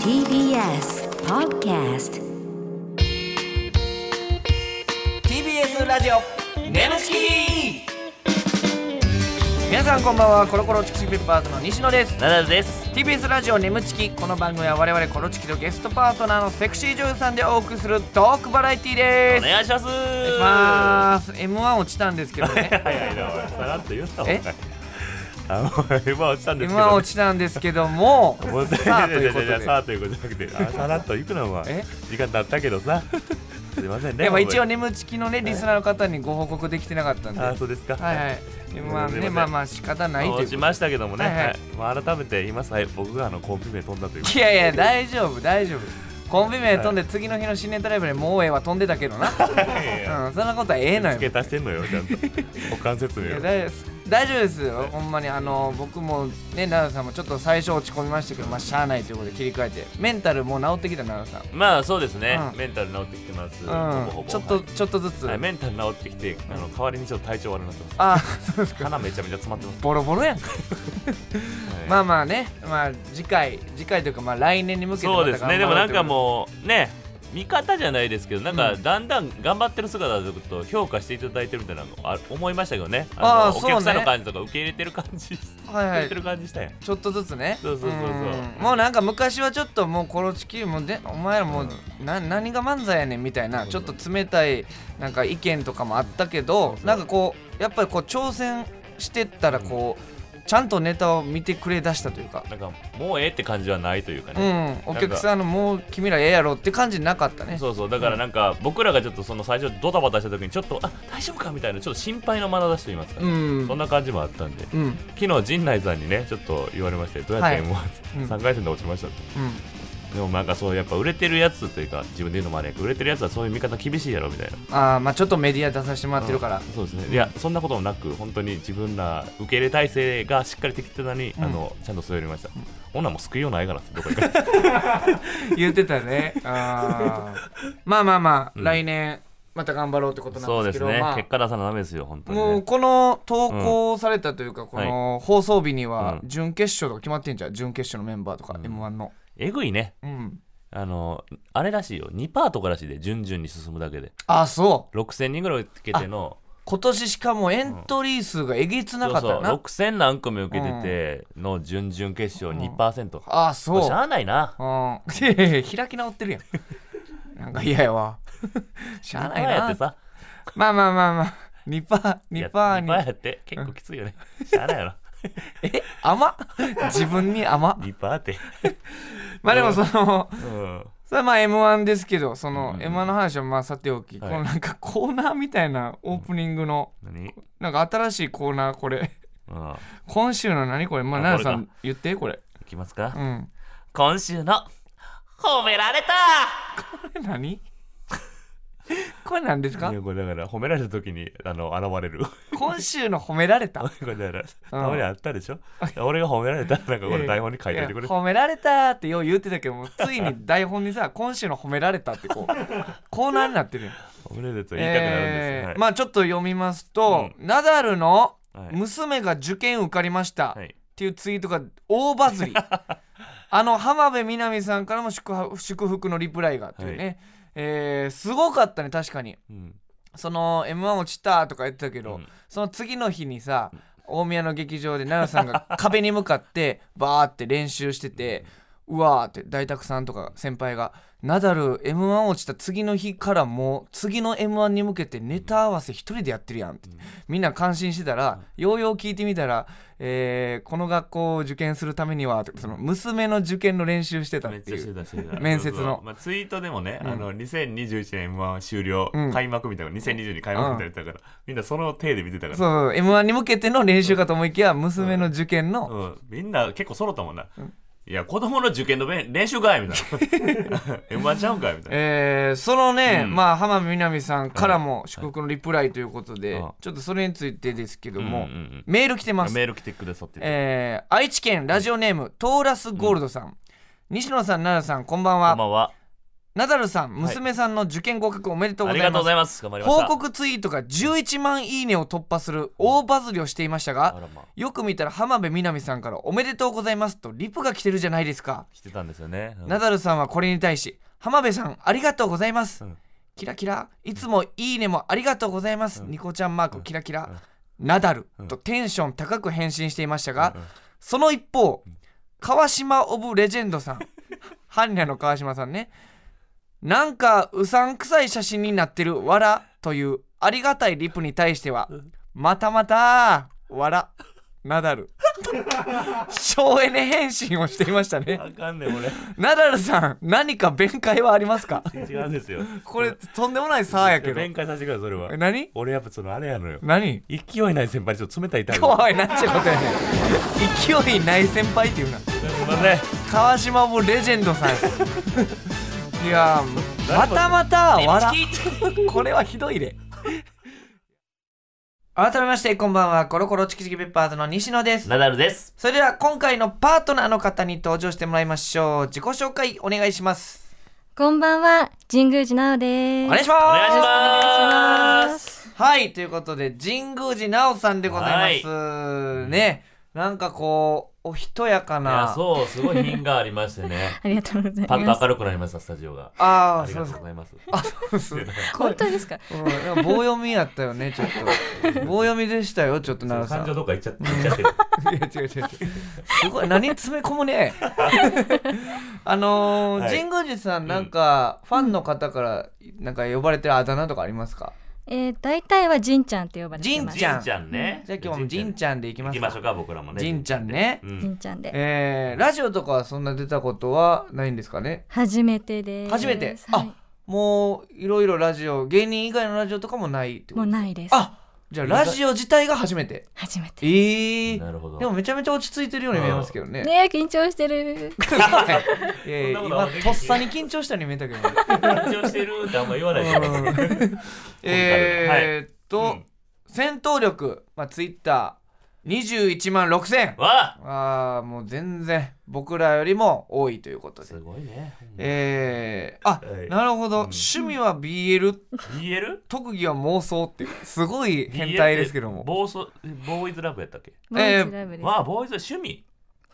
TBS Podcast TBS ラジオネムチキ皆さんこんばんはコロコロチキチキペッパーズの西野ですナダルです。 TBS ラジオネムチキこの番組は我々コロチキとゲストパートナーのセクシー女優さんでお送りするトークバラエティおです願いします。おお願いします M1 落ちたんですけど ね早いな、おいさらっと言ったもんえね。あの、今落ちたんですけど、ね。 M1 落ちたんですけども さあということじ ゃでさあということじゃなくて、あさらっと行くのはえ時間経ったけどさ。 すいませんね。でも 一応ね。ネムチキのねリスナーの方にご報告できてなかったんではあ、いそうですか。はい。M1 すいませねんまあまあ仕方ないとい落うことちましたけどもね、ははいいはいまあ、改めて言います、はい、僕があのコンビ名飛んだといういやいや大丈夫大丈夫コンビ名飛んで次の日の新年トライブでもうええは飛んでたけどなうんそんなことはええのよ付け足してんのよ、 ちゃんと保管説い明や大を丈夫です大丈夫ですよほんまにあの僕もね奈良さんもちょっと最初落ち込みましたけどまあしゃあないということで切り替えてメンタルもう治ってきた奈良さんまあそうですね、うんメンタル治ってきてます、ほぼほうんぼちょっはといちょっとずつはいメンタル治ってきてあの代わりにちょっと体調悪くなってますあ そうですか鼻めちゃめちゃ詰まってますボロボロやんはいまあまあねまあ次回次回というかまあ来年に向けてまそうたですねで頑も張ろなうんということかもうね見方じゃないですけどなんかうんだんだん頑張ってる姿だと評価していただいてるみたいなのあ思いましたけどねああーのそうおね客さんの感じとか受け入れてる感じ、はいは受け入いれてる感じしたやんちょっとずつねそうそうそうそうんもうなんか昔はちょっともうコロチキもでお前らもう、な何が漫才やねんみたいなそうちょそっうと冷たいなんか意見とかもあったけどそうそうなんかこうやっぱりこう挑戦してったらこう、ちゃんとネタを見てくれだしたというか、なんかもうええって感じはないというかうね、ん、お客さんのもう君らええやろって感じなかったねそうそうだからなんか僕らがちょっとその最初ドタバタした時にちょっとあ大丈夫かみたいなちょっと心配の眼差しと言いますか、うんそんな感じもあったんでうんうん昨日陣内さんにねちょっと言われましてどうやってはい m う1ん三回戦で落ちましたって、でもなんかそうやっぱ売れてるやつというか自分で言うのもあれやけど売れてるやつはそういう見方厳しいやろみたいなあーまあちょっとメディア出させてもらってるから、そうですねいやそんなこともなく本当に自分ら受け入れ体制がしっかり適当に、うんあのちゃんと滑りました、女もう救いようないからどこ行 かない言ってたねあー まあまあまあ、うん来年また頑張ろうってことなそんうででけすすど、ね、まあ結果出さなダメですよ本当に、ね、もうこの投稿されたというか、この放送日にはうん準決勝とか決まってんじゃん準決勝のメンバーとか、m 1のえぐいねうんあのあれらしいよ2パーとからしいで順々に進むだけであそう6000人ぐらい受けての今年しかもエントリー数がえげつなかったよな、そうそう6000何組受けてての準々決勝2%、あこれそうしゃあないなうんいやいやいや開き直ってるやん なんか嫌やわしゃあない2%やってなさまあまあまあまあ2パーいや2パー2%にやって結構きついよね。しゃあない やろ。え甘っ自分に甘っ2%パーって。まあでもそのうん。それはまあ m 1ですけどそのうん m 1の話はまあさておき、はいこのなんかコーナーみたいなオープニングの何なんか新しいコーナーこれうん。今週の何これまああ奈良さこれん言ってこれいきますか、 うん今週の褒められこれ何 これ何ですたかいやこれだから褒められた時にあの現れる。今週の褒められた これだからたまにあったでしょ俺が褒められたなんかこれ台本に書いておいてくれや。褒められたってよう言ってたけどもつ いに台本にさ今週の褒められたってこうコーナーになってるやん褒められたやつは言いたくなるんですよ。えーはいまあちょっと読みますと、ナダルのはい娘が受験受かりました、はいっていうツイートが大バズりあの浜辺美波さんからも祝福祝福のリプライがっていうね、はえーすごかったね確かにうんその m 1落ちたとか言ってたけど、うんその次の日にさ大宮の劇場で奈良さんが 壁に向かってバーって練習しててうわーって大沢さんとか先輩が「ナダル m 1落ちた次の日からもう次の m 1に向けてネタ合わせ一人でやってるやん」ってみんな感心してたらようよう聞いてみたら「えーこの学校を受験するためには」とかその娘の受験の練習してたっめってちゃいしてう。たしてた面接のそうそうまあ、ツイートでもね、うんあの2021年 m 1終了、うん開幕みたいな2022開幕みたいなやつだから、みんなその体で見てたからそう m 1に向けての練習かと思いきや娘の受験のうん、みんな結構揃ったもんな、いや子供の受験のべん練習かいみたい な m 1ちゃうんかいみたいな、えーそのね、うんまあ浜辺美波さんからも祝福のリプライということで、はいちょっとそれについてですけども、うんうんメール来てまうんす、メール来てくださってて、えー愛知県ラジオネーム、トーラスゴールドさん、西野さん奈良さんこんばんはこんばんはナダルさん娘さんの受験合格おめでとうあごりざいがとまうごすざいます頑張りまし報た告ツイートが11万いいねを突破する大バズりをしていましたあがらまあよく見たら浜辺美波さんから「おめでとうございます」とリプが来てるじゃないですか来てたんですよね、うんナダルさんはこれに対し「浜辺さんありがとうございます」うんキラキラいつもいいねもありがとうございます、うんニコちゃんマークキラキラ、うんナダルうんとテンション高く返信していましたが、うんうんその一方うん川島オブレジェンド さん般若の川島さんねなんかうさんくさい写真になってる「わら」というありがたいリプに対してはうん「またまたわら」ナダ ル省エネ返信をしていましたねあかんねん俺ナダルさん何か弁解はありますか違うんですよこれとんでもない差やけど弁解させてくださいそれはえ何俺やっぱそのあれやのよ何勢いない先輩にちょっと冷たいタイプおいなんちゅうことやねん勢いない先輩っていうなすいません川島もレジェンド さんいやーまたまた笑これはひどいで改めましてこんばんはコロコロチキチキペッパーズの西野ですナダルですそれでは今回のパートナーの方に登場してもらいましょう自己紹介お願いしますこんばんは、神宮寺奈お緒願でいす。しますお願いしますす。はいということで神宮寺奈緒さんでございます、ねなんかこうおひとやかいやなそうすごい品がありまして ねありがとうございパッまとす。明るくなりましたスタジオがああありそうがでとすうございますあそうです本当ですか。うんなんか棒読みやったよねちょっと棒読みでしたよちょっと奈良さ感情んどっか行っちゃって行っちゃってるいや違う違う違うすごい何詰め込むねあのーはい神宮寺さんなんか、ファンの方からなんか呼ばれてるあだ名とかありますか、えー、大体は神ちゃんって呼ばれてま神す。ちゃんじんちゃんねじゃあ今日もじんゃちゃんでいきん行まきすましょうかか僕らもねじんちゃんねうん神ちゃんで。えー、ラジオとかはそんな出たことはないんですかね初めてです。初めてはいもういろいろラジオ芸人以外のラジオとかもないってこもとうないです。あじゃあラジオ自体が初めて初めて。ええー、なるほどでもめちゃめちゃ落ち着いてるように見えますけど ね。ねえ、緊張してる。いやいやそ今んなことはとっさに緊張したように見えたけど ね。緊張してるってあんま言わないでえーっと、うん戦闘力、まあ、ツイッター21万6000。わあ。ああもう全然僕らよりも多いということですごいねえー、あはいなるほど、うん趣味は BL 言える特技は妄想っていうすごい変態ですけども。ボーソボーイズラブやったっけボーイズラブです。わあボーイズ趣味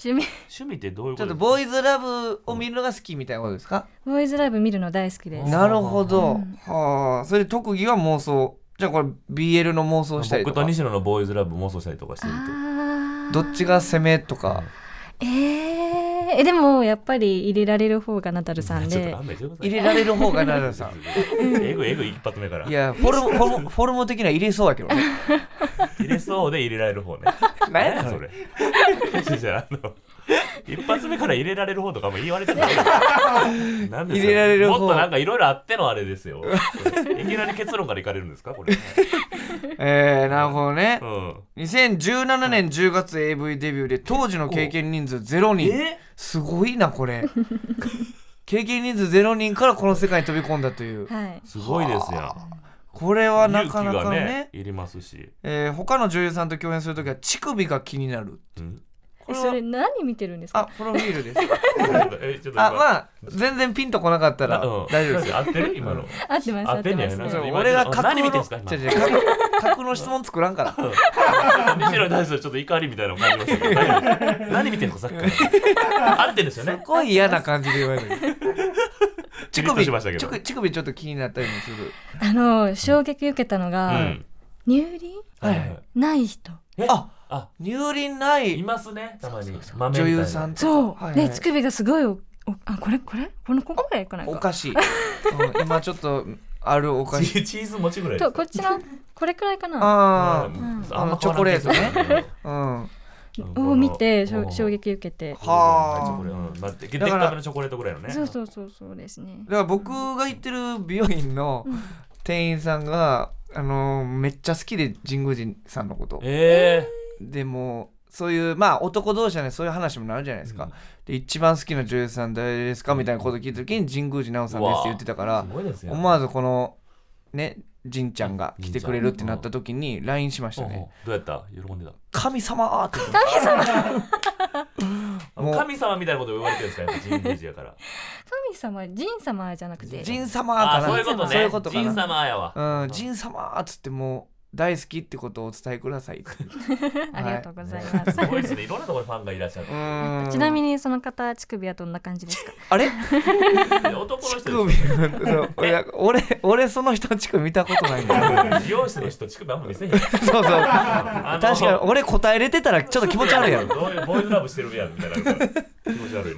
趣味、趣味ってどういうちこょっととボーイズラブを見るのが好きみたいなことですか、ボーイズラブ見るの大好きです。なるほど、うんはあそれで特技は妄想じゃあこれ BL の妄想したりと僕かと西野のボーイズラブ妄想したりとかしてるあーどっちが。攻めとかえー、え、でも、やっぱり入れられる方がナダルとさんちょっとで。勘弁してください入れられる方がなるさん えぐいえぐい一発目からいやフォルムフォルムフォルム的には入れそうやけど ね入れそうで入れられる方ね 何やねんそそれれじゃああの 一発目から入れられる方とかも言われてない なんです入かれられる方もっとなんかいろいろあってのあれで すよいきなり結論からいかれるんですかこれ、えー、なるほどねうん、 2017年10月 AV デビューで当時の経験人数0人えすごいなこ れ経験人数0人からこの世界に飛び込んだというはい。すごいですやんこれはな勇気かなかがねねいりますし、えー他の女優さんと共演するときは乳首が気になるうん、 これはそれ、何見てるんですあか。プロフィールですえちょっと今あまあ全然ピンとこなかったらなうん大丈夫ですよ合ってる今の合ってます。合ってんねやますなそう今俺が今架空何見てんのすか今違う違う架空架空の質問作らん から西野に対するちょっと怒りみたいなの感じましたけど大丈夫ですか何見てんのさっき から合ってるんですよすねごい嫌な感じで言 われる乳ピリッと首しましたけど乳首乳首ちょっと気になったりもするあの衝撃受けたのうが、ん乳輪はいはいはいない人えああ乳輪ない いますねたまに豆女みたい優なさんそう、はいはいね乳首がすごいおおあこれこれこのここぐらいかなおかしい、うん今ちょっとあるおかしい チチーズ餅ぐらいですとこっちのこれくらいかなあうーんあのチョコレートねうんうんを見てしうょん衝撃受けてはあチョコレートうんまあででっかめのチョコレートぐらいのねそうそうそうそうですねだから僕が行ってる美容院の店員さんが、あのーめっちゃ好きで神宮寺さんのことえでもそういうまあ男同士はねそういう話もなるじゃないですか、うんで一番好きな女優さん誰ですかみたいなこと聞いた時に神宮寺奈緒さんですって言ってたかーらすごいですよ思わずこのね仁ちゃんが来てくれるってなった時に LINE しましたうんうんねどうやった喜んでた「神様!」ってあもう 神様みたいなこと言われてるんですかやっぱ神宮寺やから神様ジン様じゃなくてジン様かあなそういうことねそういうことかジンな様やわ、うんジン様っつってもう大好きってことをお伝えくださいっ てありがとうございま す、すごいですねいろんなところにファンがいらっしゃるうんちなみにその方乳首はどんな感じですかあれ乳首なんで男 の人でてそう俺俺俺その人の乳首見たことないんだよ 美容師の人乳首あんま見せへんやんそうそう確あのかに俺答えれてたらちょっと気持ち悪いやろどういうボーイズラブしてるやんみたいな気持ち悪いな、はい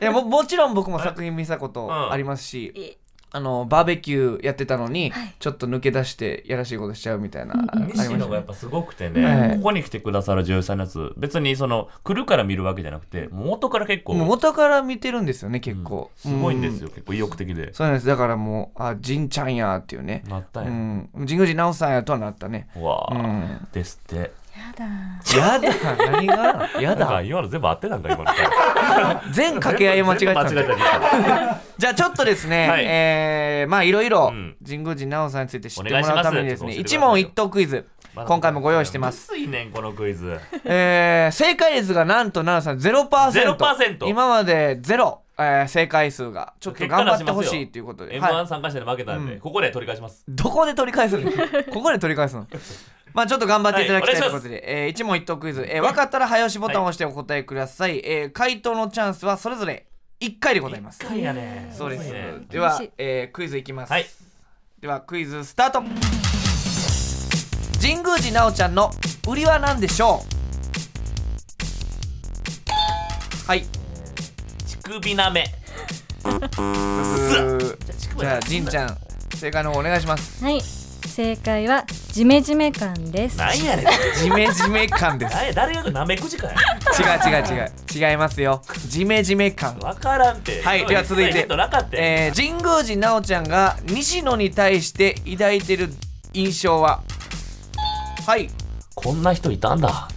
いやももちろん僕も作品見せたことありますし、あのバーベキューやってたのに、ちょっと抜け出してやらしいことしちゃうみたいな、ありまし西た野がやっねぱすごくてはいね、ここに来てくださる女優さんのやつ別にその来るから見るわけじゃなくてもう元から結構もう元から見てるんですよね結構、すごいんですよ、よ、結構意欲的でそうなんですだからもうあジンちゃんやっていうね、なったうんや、ん、神宮寺奈緒さんやとはなったねうわうあ、んですってやだやだ何がやなんかだ今の全部合ってたんか今の全掛け合い間違えてたんだ全部間違えたじゃあちょっとですね、はいえーまあいろいろうん神宮寺奈緒さんについて知ってもお願いしらまうすためにですねちょっと一教えてくださ問いよ一答クイズまだ今回もご用意してます薄いねんこのクイズえー正解率がなんと奈々さん0%, 0%今までゼロ、えー正解数がちょっと頑張ってほしいということで、 m は1い、参加者で負けたんで、うんここで取り返しますどこで取り返すのここで取り返す のまあちょっと頑張っていただきたいということで、えー一問一答クイズ、えー分かったら早押しボタンを押してお答えください、えー回答のチャンスはそれぞれ1回でございます一回やねそうです、ねでは厳しい、えークイズいきます、はいではクイズスタート神宮寺奈緒ちゃんの売りは何でしょうはい乳首なめじゃあじんちんゃん正解の方お願いしますはい正解はジメジメ感ですなんやねんジメジメ感です誰誰がなめくじかや違う違う違う違いますよジメジメ感わからんてはいでは続いてヒントなかったやんえー、神宮寺奈緒ちゃんが西野に対して抱いてる印象ははいこんな人いたんだ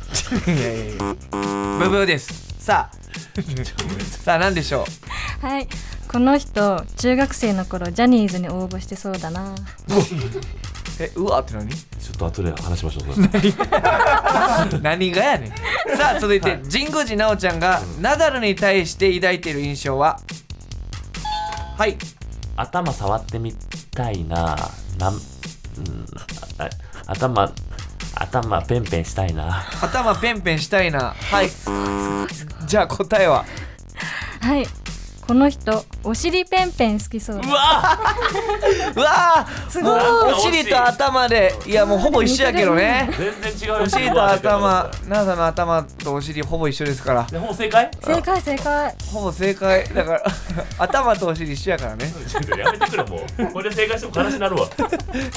ブブーですさあさあ何でしょはいこの人中学生の頃ジャニーズに応募してそうだなうえうわって何ちょっと後で話しましょ うそれ何がやねんさあ続いて、神宮寺奈緒ちゃんがナダルに対して抱いてる印象ははい頭触ってみたいななん、うん、あ頭頭ペンペンしたいな頭ペンペンしたいなはいじゃあ答えははいこの人お尻ペンペン好きそうだうわうわーすごいお尻と頭でいやもうほぼ一緒やけどね全然違うよお尻と頭奈緒さんの頭とお尻ほぼ一緒ですからでもう正解正解正解ほぼ正解だから頭とお尻一緒やからねちょっとやめてくれもうこれで正解しても悲しになるわ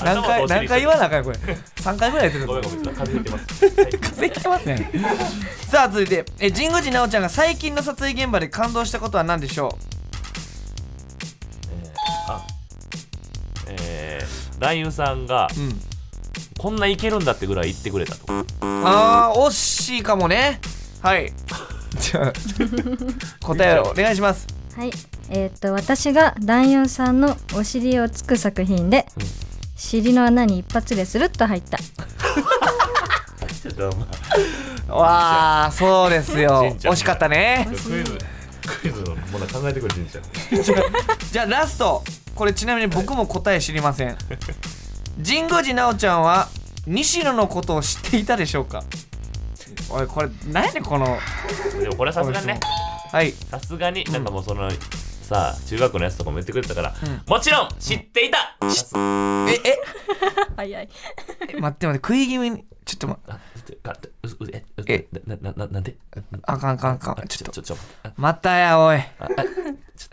何頭と回お尻何回言わなあかんよこれ3回ぐらいやってるごめんごめんちょっと風邪ひいてます、はい風邪ひいてますねさあ続いてえ神宮寺奈緒ちゃんが最近の撮影現場で感動したことは何でしょえーあえー、男優さんがう、うん、こんないけるんだってぐらい言ってくれたとあー惜しいかもねはいじゃあ答えをお願いしますはいえーっと私が男優さんのお尻をつく作品で、うん尻の穴に一発でスルッと入ったちょっとまわあそうですよ神社惜しかったねクイズクイズのまだ考えてくれてんじゃんじゃあラストこれちなみに僕も答え知りません神宮寺奈緒ちゃんは西野のことを知っていたでしょうかおいこれ何やねんこのでもこれはさすがにねはいさすがになんかもうその、さあ中学のやつとかも言ってくれてたから、うんもちろん知っていた、あええ早いえ待って待って食い気味にちょっと待ってあちょっとかううえうえななななんであかんあかんあかあんちょっとちょちょちょあまたやおいああ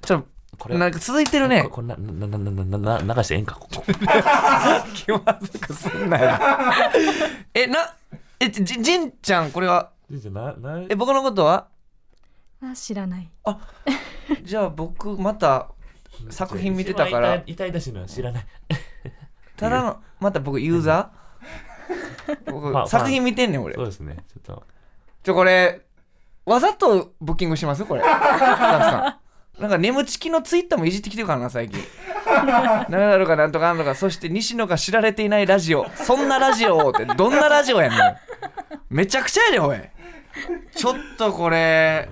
ちょっことれなんか続いてるねここんななななななな流してええんかここ気まずくすんなよ えなえじじんちゃんこれはななえ僕のことはあ知らないじゃあ僕また作品見てたか一ら番痛い痛いだしの知らないただのまた僕ユーザーまあ僕作品見てんねん俺そうですねちょっとちょこれわざとブッキングしますこれスタッフさんなんか眠ちきのツイッターもいじってきてるからな最近なんだろうかなんとかなんとかそして西野が知られていないラジオそんなラジオってどんなラジオやねんめちゃくちゃやでおいちょっとこれ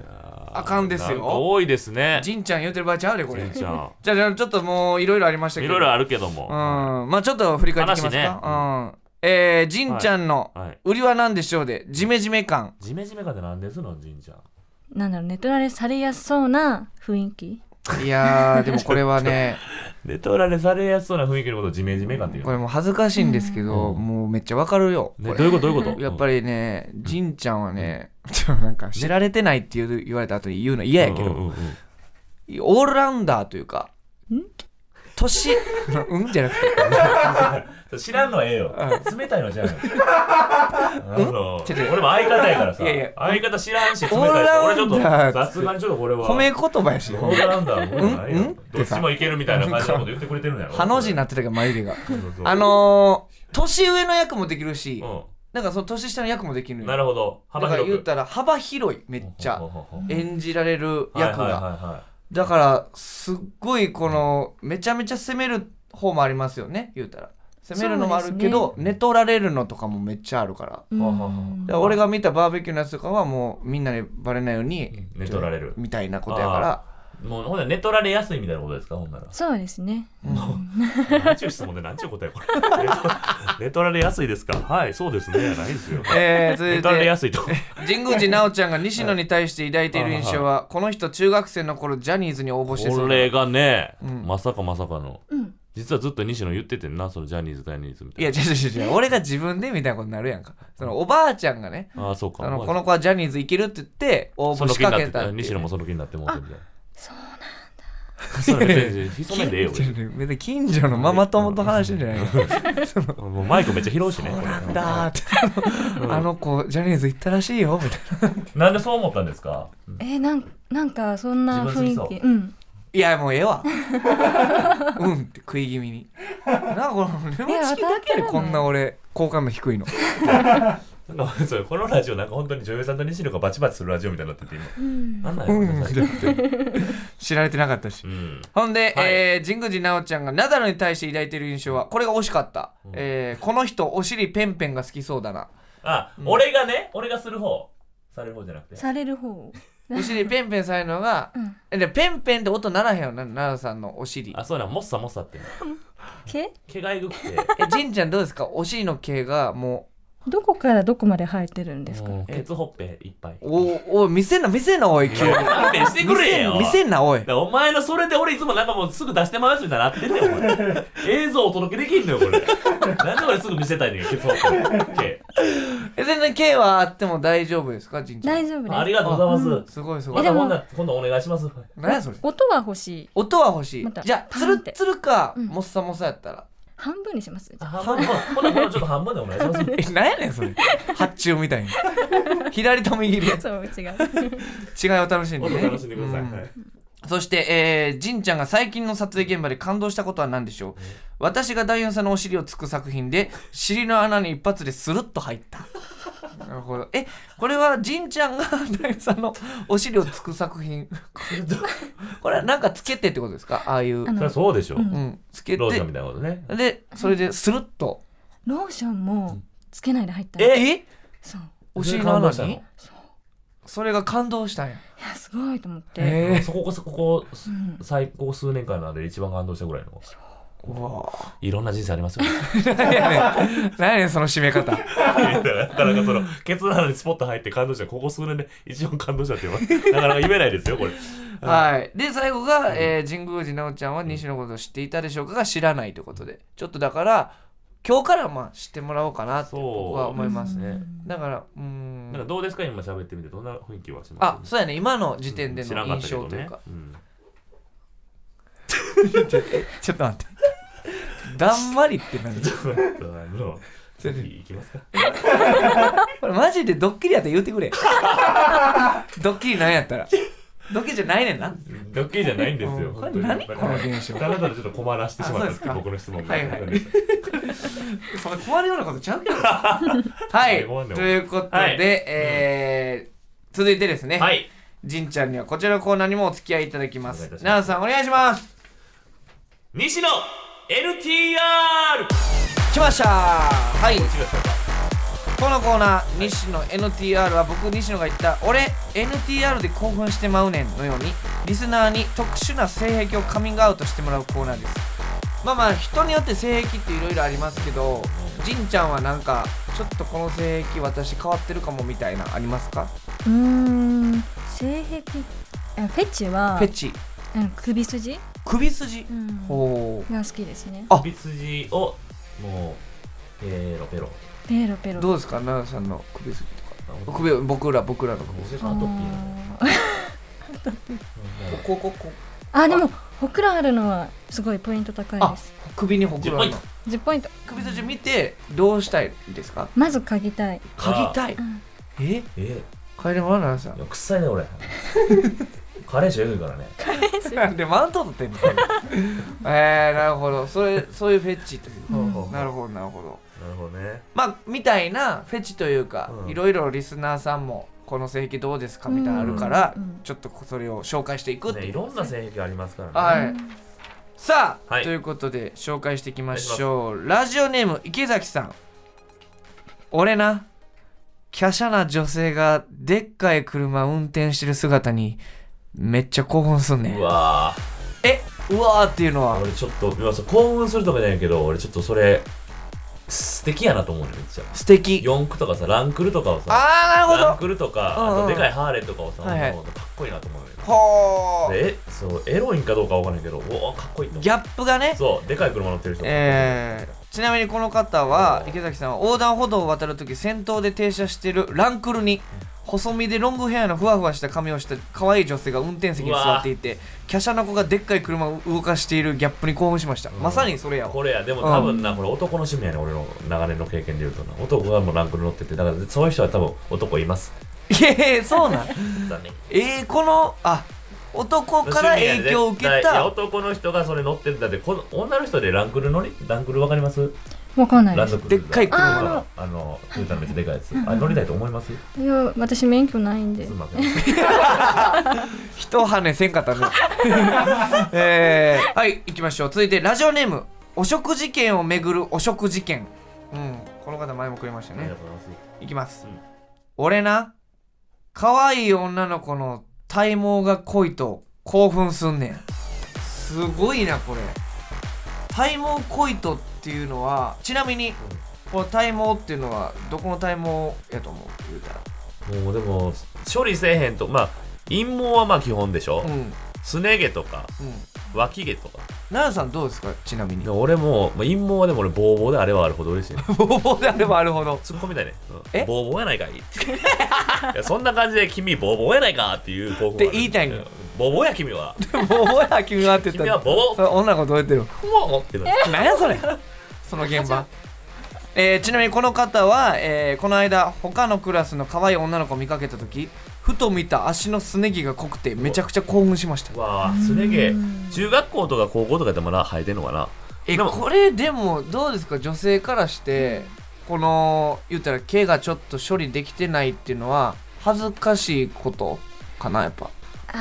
あかんですなんかよ多いですね。じんちゃん言うてる場合ちゃうでこれじんちゃんじゃあじゃあちょっともういろいろありましたけいどろいろあるけども。うんまあちょっと振り返っていきますか、うんえー、じんちゃんのはい。売りは何でしょうでジメジメ感ジメジメかって何ですの、じんちゃん。なんだろうネトラレされやすそうな雰囲気いやーでもこれは ねネトラレされやすそうな雰囲気のことをジメジメかっていうこの。れもう恥ずかしいんですけど、うんもうめっちゃわかるよね、こどうれいうことどういうことやっぱりねじんちゃんはね、ちょっとなんか知られてないっていう言われた後に言うの嫌やけど、うんうんうんうんオールラウンダーというかん年 うんじゃな くて知らんのはええよ。冷たいの じゃん。あのちょっと俺も相方やからさ。いやいや相方知らんし、冷たいオールし。ラ俺ちウょンっダと、ーさすがにちょっとこれは。褒め言葉やしオールラウンダーもうないようんうんどっちもいけるみたいな感じのこと言ってくれてるんだろ。ハの字になってたけど眉毛がそうそうそうあのー、年上の役もできるし、うなんかその年下の役もできるのん。よなるほど。だか幅ら広言っく。たら幅広いめっちゃほうほうほうほう演じられるはい役が、はいはいはい。だからすっごいこのめちゃめちゃ攻める方もありますよね言うたら攻めるのもあるけど、寝取られるのとかもめっちゃあるからうはあはあはんだから俺が見たバーベキューのやつとかはもうみんなにバレないように寝取られるみたいなことやからもうほんなら寝取られやすいみたいなことですかほんなら。そうですね何ちゅう質問で何ちゅう答えこれ。寝取寝取られや すいですかはい、そうですね。ないですよ。えー、続寝い取られてやすいと。神宮寺奈緒ちゃんが西野に対して抱いている印象はこの人中学生の頃ジャニーズに応募してそこうだれがね、んまさかまさかの。うん実はずっと西野言っててんな、そのジャニーズ、ジャニーズみたいいやな。違う違う違う俺が自分でみたいなことになるやんかそのおばあちゃんがねああ、そうか。あのまあこの子はジャニーズ行けるって言って応そ募のし気にかなけったってて西野もその気になってもうてんじゃん。そうなんだ。それ別に潜めんでええよ。近所の別に近所のママ友と話してんじゃないよ 俺もうマイクめっちゃ拾うしね。これなんだーってあのあの子ジャニーズ行ったらしいよみたいななんでそう思ったんですかえーなんなんかそんな自分雰好きそ囲う気うんいやもうええわうんって食い気味になんかこのレモンチキンだけでこんな俺好感度低いのなんかそうこのラジオなんか本当に女優さんと西野がバチバチするラジオみたいになってて今。うんなんなんうやんこっれて知られてなかったしうん。ほんで、はいえー神宮寺奈緒ちゃんがナダルに対して抱いてる印象はこれが惜しかった、えーこの人お尻ペンペンが好きそうだなあ、俺がね、俺がする方。される方じゃなくて。される方お尻ペンペンされるのが、うんえでペンペンって音ならへんよな奈良さんのお尻あ、そうなん、もっさもっさって。毛毛がえぐくて。えじんちゃんどうですかお尻の毛がもどこからどこまで生えてるんですかもうケツほっぺいっぱい。うおお見せんな見せんなおい急に勘弁してくれよ。見せんなおいだからお前のそれで俺いつもなんかもうすぐ出してますみたいになってんねんお前映像お届けできんのよこれなんで俺すぐ見せたいのよケツほっぺえ全然毛はあっても大丈夫ですかじんちゃん大丈毛夫 ですありがとうございます、すごいすごまいたでもほんなら今度お願いしますは何やそれ音は欲しい音は欲しい、またじゃあパつーンるっってつるか、うんもっさもさやったら半分にします半分ほなほなちょっと半分でお願いしますえ何やねんそれ発注み たいに左と右でそう違う違いを楽しんで、もっね、と楽しんでください、うんはいそして、えー、じんちゃんが最近の撮影現場で感動したことは何でしょう私が第四さんのお尻をつく作品で尻の穴に一発でスルッと入ったなるほどえこれはじんちゃんが第四さんのお尻をつく作品 これはなんかつけてってことですかああいうあそのりゃそうでしょ、うんうんつけローショてンみたいなことねでそれでスルッとローションもつけないで入ったのえそうお尻の穴それでに感それが感動したんやいやすごいと思って、えー そここそここうん最高数年間なんで一番感動したぐらいのうわあいろんな人生ありますよね何やねん何やねんその締め方だからだからそのケツなのにスポット入って感動したここ数年で一番感動したっていうのはなかなか言えないですよこれはい、で最後が、えー神宮寺奈緒ちゃんは西のことを知っていたでしょうかが知らないということでちょっとだから今日からまあ知ってもらおうかなとそう僕は思いますねねだからうーんなんかどうですか今喋ってみてどんな雰囲気はしますあそうやね今の時点で知らのんかった印けど象ねと いうか、んちょっと待ってだんまりっ て何ちょっと待ってあ の次行きますかこれマジでドッキリやったら言うて くれドッキリなんやったらドッキリじゃないねんなドッキリじゃないんですようんこ本れ当に何だこからの現象ただただちょっと困らしてしまったんですけどあそ僕の質問がはいはいそんな困るようなことちゃうけど はごめんいねということで、はいえー続いてですね、はいじんちゃんにはこちらのコーナーにもお付き合いいただきまお願すいいたします奈良さんお願いします西野 NTR 来ましたはい違うこのコーナー西野 NTR は僕西野が言った「俺 NTR で興奮してまうねん」のようにリスナーに特殊な性癖をカミングアウトしてもらうコーナーですまあまあ人によって性癖っていろいろありますけどじんちゃんはなんかちょっとこの性癖私変わってるかもみたいなありますかうーん性癖あフェチはフェチうん、首筋、首筋うん、がほ好きですねあ首筋をもうペロペロペロペロうどうですか奈良さんの首筋とか僕首僕ら僕らの首僕あがアトピーなのーうんここここ あでもほくろあるのはすごいポイント高いあです首にほくろあるの10 10ポイント首筋見てどうしたいですかまず嗅ぎたい、嗅ぎたいうんええ帰れまなさいや臭いね俺カレー臭えぐいからねん。 なんでマウント取ってんの。 えー、なるほど。それそういうフェチという。なるほほどなるほど。どなるほどねまあみたいなフェチというか、うんいろいろリスナーさんもこの性癖どうですかみたいなのあるから、うんうんちょっとそれを紹介していくってねい。いうろんな性癖ありますからねはい、さあ、はいということで紹介していきましょうラジオネーム池崎さん俺な華奢な女性がでっかい車運転してる姿にめっちゃ興奮すんねんうわえうわーっていうのーは俺ちょっといやそう興奮するとかじゃないけど俺ちょっとそれ素敵やなと思うねめっちゃ素敵四駆とかさランクルとかをさあーなるランほどクルとかうんうんあとでかいハーレーとかをさはいはい女の子とかっこいいなと思うのよほーでえそうエロいんかどうかわからないけどおおかっこいいと思ギャップがねうそうでかい車乗ってる人えーちなみにこの方はうん池崎さんは横断歩道を渡るとき先頭で停車しているランクルに細身でロングヘアのふわふわした髪をした可愛い女性が運転席に座っていて華奢な子がでっかい車を動かしているギャップに興奮しましたんまさにそれやわこれやでも多分な、これ男の趣味やね俺の長年の経験で言うとな男がもうランクル乗っててだからそういう人は多分男いますいやいやそうなん残念えー、このあ男から影響を受けいやた男の人がそれ乗ってるんだってこの女の人でランクル乗りランクルわかりますわかんないラでンドすクルーザーでっかい車あのあのトヨタのめっちゃでかいやつあれ乗りたいと思いますすいや私免許ないんでいません一跳ねせんかったね えー、はい行きましょう続いてラジオネームお食事券をめぐるお食事券うんこの方前もくれましたね、いきます、うん俺な可愛い女の子の体毛が濃いと興奮すんねんすごいなこれ体毛濃いとっていうのはちなみにこの体毛っていうのはどこの体毛やと思う言うたらもうでも処理せえへんとまあ陰毛はまあ基本でしょ、うんうんすね毛とか脇毛とか奈良さんどうですかちなみ にで俺も、まあ、陰毛はでも俺ボーボーであれはあるほ ど嬉しいねボーボーであればあるほどツッコミだね、うんえボーボーやない かいいやそんな感じで君ボーボーやないかっていう興奮はあるって言いたいんやうボーボーや君は ボーボーや君はって言った君はボーそれ女の子どうやってるのボーって なるなんやそれその現場えーちなみにこの方は、えーこの間他のクラスの可愛い女の子を見かけた時ふと見た足のすね毛が濃くてめちゃくちゃ興奮しましたわあすね毛中学校とか高校とかでもな生えてんのかなえでもこれでもどうですか女性からしてこの言ったら毛がちょっと処理できてないっていうのは恥ずかしいことかなやっぱあ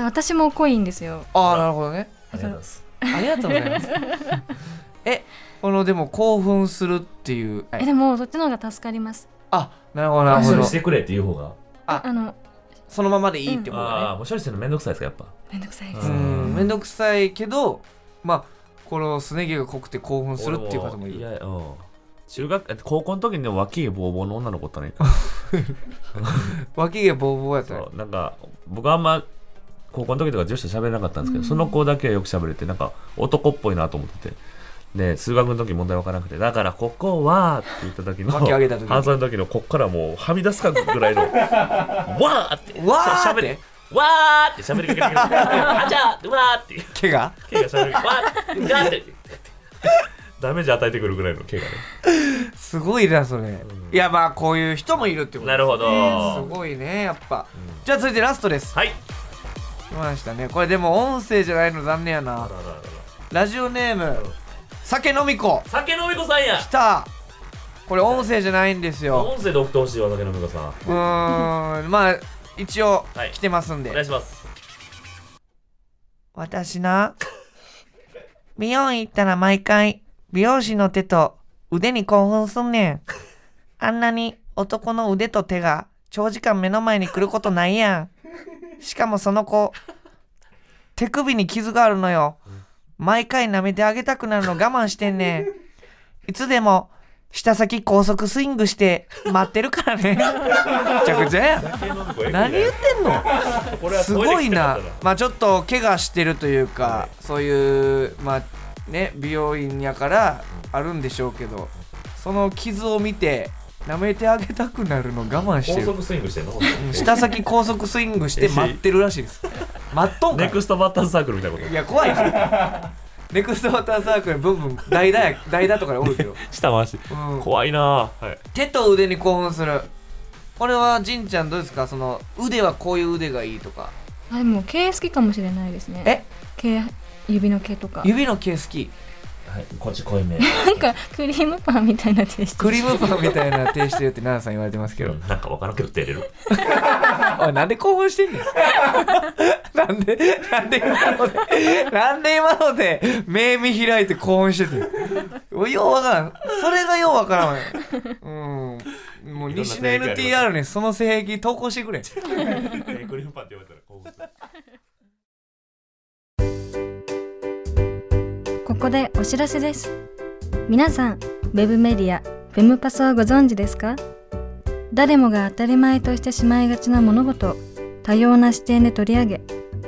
ー私も濃いんですよああなるほどねありがとうございますありがとうございます えこのでも興奮するっていうはえいでもそっちの方が助かりますあなるほどなるほ処ど理してくれっていう方がああのそのままでいいってことだね、ああもう処理するのめんどくさいですかやっぱめんどくさいですううんん面倒くさいけどまあこのすね毛が濃くて興奮するっていう方もいいるやうん中学高校の時にでも脇毛ボーボーの女の子おったね脇毛ボーボーやったらそうなんか僕あんま高校の時とか女子と喋れなかったんですけど、その子だけはよく喋れてなんか男っぽいなと思っててで数学の時問題分からなくてだからここはって言った時の脇上げた時反射の時のこっからもうはみ出すかぐらいのわーってわーそう喋ってわーって喋りかけてくるあじゃあわーって毛が毛が喋るわーってガーってダメージ与えてくるぐらいの毛がねすごいなそれ、いやまあこういう人もいるってことなるほど、すごいねやっぱ、じゃあ続いてラストですはい来ましたねこれでも音声じゃないの残念やなラジオネーム酒飲み子酒飲み子さんや来たこれ音声じゃないんですよ音声で送ってほしいわ酒飲み子さんうーんまあ一応はい来てますんで、お願いします私な美容院行ったら毎回美容師の手と腕に興奮すんねんあんなに男の腕と手が長時間目の前に来ることないやん。しかもその子、手首に傷があるのよ。毎回舐めてあげたくなるの我慢してんねん。いつでも、下先高速スイングして待ってるからね。めちゃくちゃやん。何言ってんのすごいな、まあ、ちょっと怪我してるというか、そういう、まあね、美容院やからあるんでしょうけどその傷を見て舐めてあげたくなるの我慢して高る速スイングしてんの下先高速スイングして待ってるらしいです待っとんかネいクストバッターズサークルみたいなこといや怖いなネクストバッターサークルにブンブン代打や代打とかでおるけど、下回しうん怖いなぁはい手と腕に興奮するこれはじんちゃんどうですかその腕はこういう腕がいいとかあでも毛好きかもしれないですねえ毛指の毛とか指の毛好きはいこっち濃いめなんかクリームパンみたいなテイストクリームパンみたいな手してるって奈々さん言われてますけどなんかわからんけど出れるおいなんで興奮してんねん なんでなんで今のでなんで今ので目見開いて興奮しててようわからんそれがようわからんうんもう西の NTR にその性癖投稿してくれクリームパンって言われたら興奮するここでお知らせです皆さんウェブメディアフェムパスをご存知ですか誰もが当たり前としてしまいがちな物事を多様な視点で取り上げ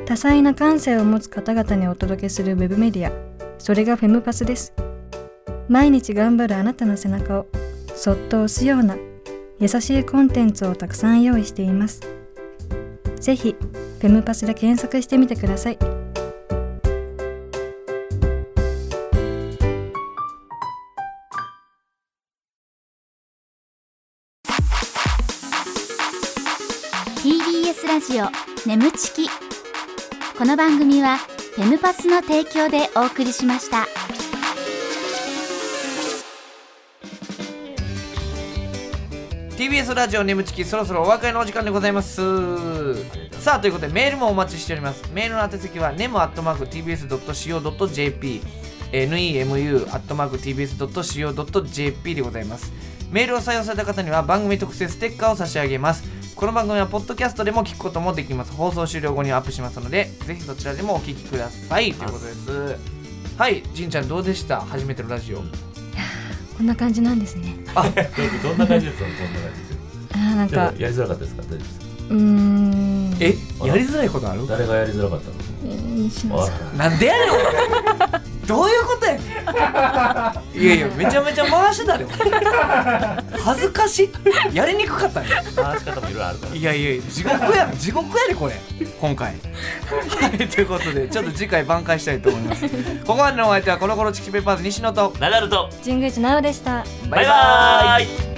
多彩な感性を持つ方々にお届けするウェブメディアそれがフェムパスです毎日頑張るあなたの背中をそっと押すような優しいコンテンツをたくさん用意していますぜひフェムパスで検索してみてくださいラジオ眠ちきこの番組はフェムパスの提供でお送りしましたうん TBS ラジオ眠ちきそろそろお別れのお時間でございますさあということでメールもお待ちしておりますメールの宛先は nemu.tbs.co.jp nemu.tbs.co.jp でございますメールを採用された方には番組特製ステッカーを差し上げますこの番組はポッドキャストでも聞くこともできます放送終了後にアップしますのでぜひそちらでもお聞きくださいということですはいじんちゃんどうでした初めてのラジオこんな感じなんですねどどんな感じですかこんな感じであーなんちょかっとやりづらかったですか大丈夫ですかうーんえやりづらいことある誰がやりづらかったのえしまわすかったなんでやねんお前どういうことやねんいやいやめちゃめちゃ回してたでお前恥ずかしいやりにくかったね回し方もいろいろあるからいやいや地獄やん地獄やでこれ今回はいということでちょっと次回挽回したいと思いますここまでのお相手はコロコロチキペッパーズ西野とナダルと神宮寺奈緒でしたバイバーイ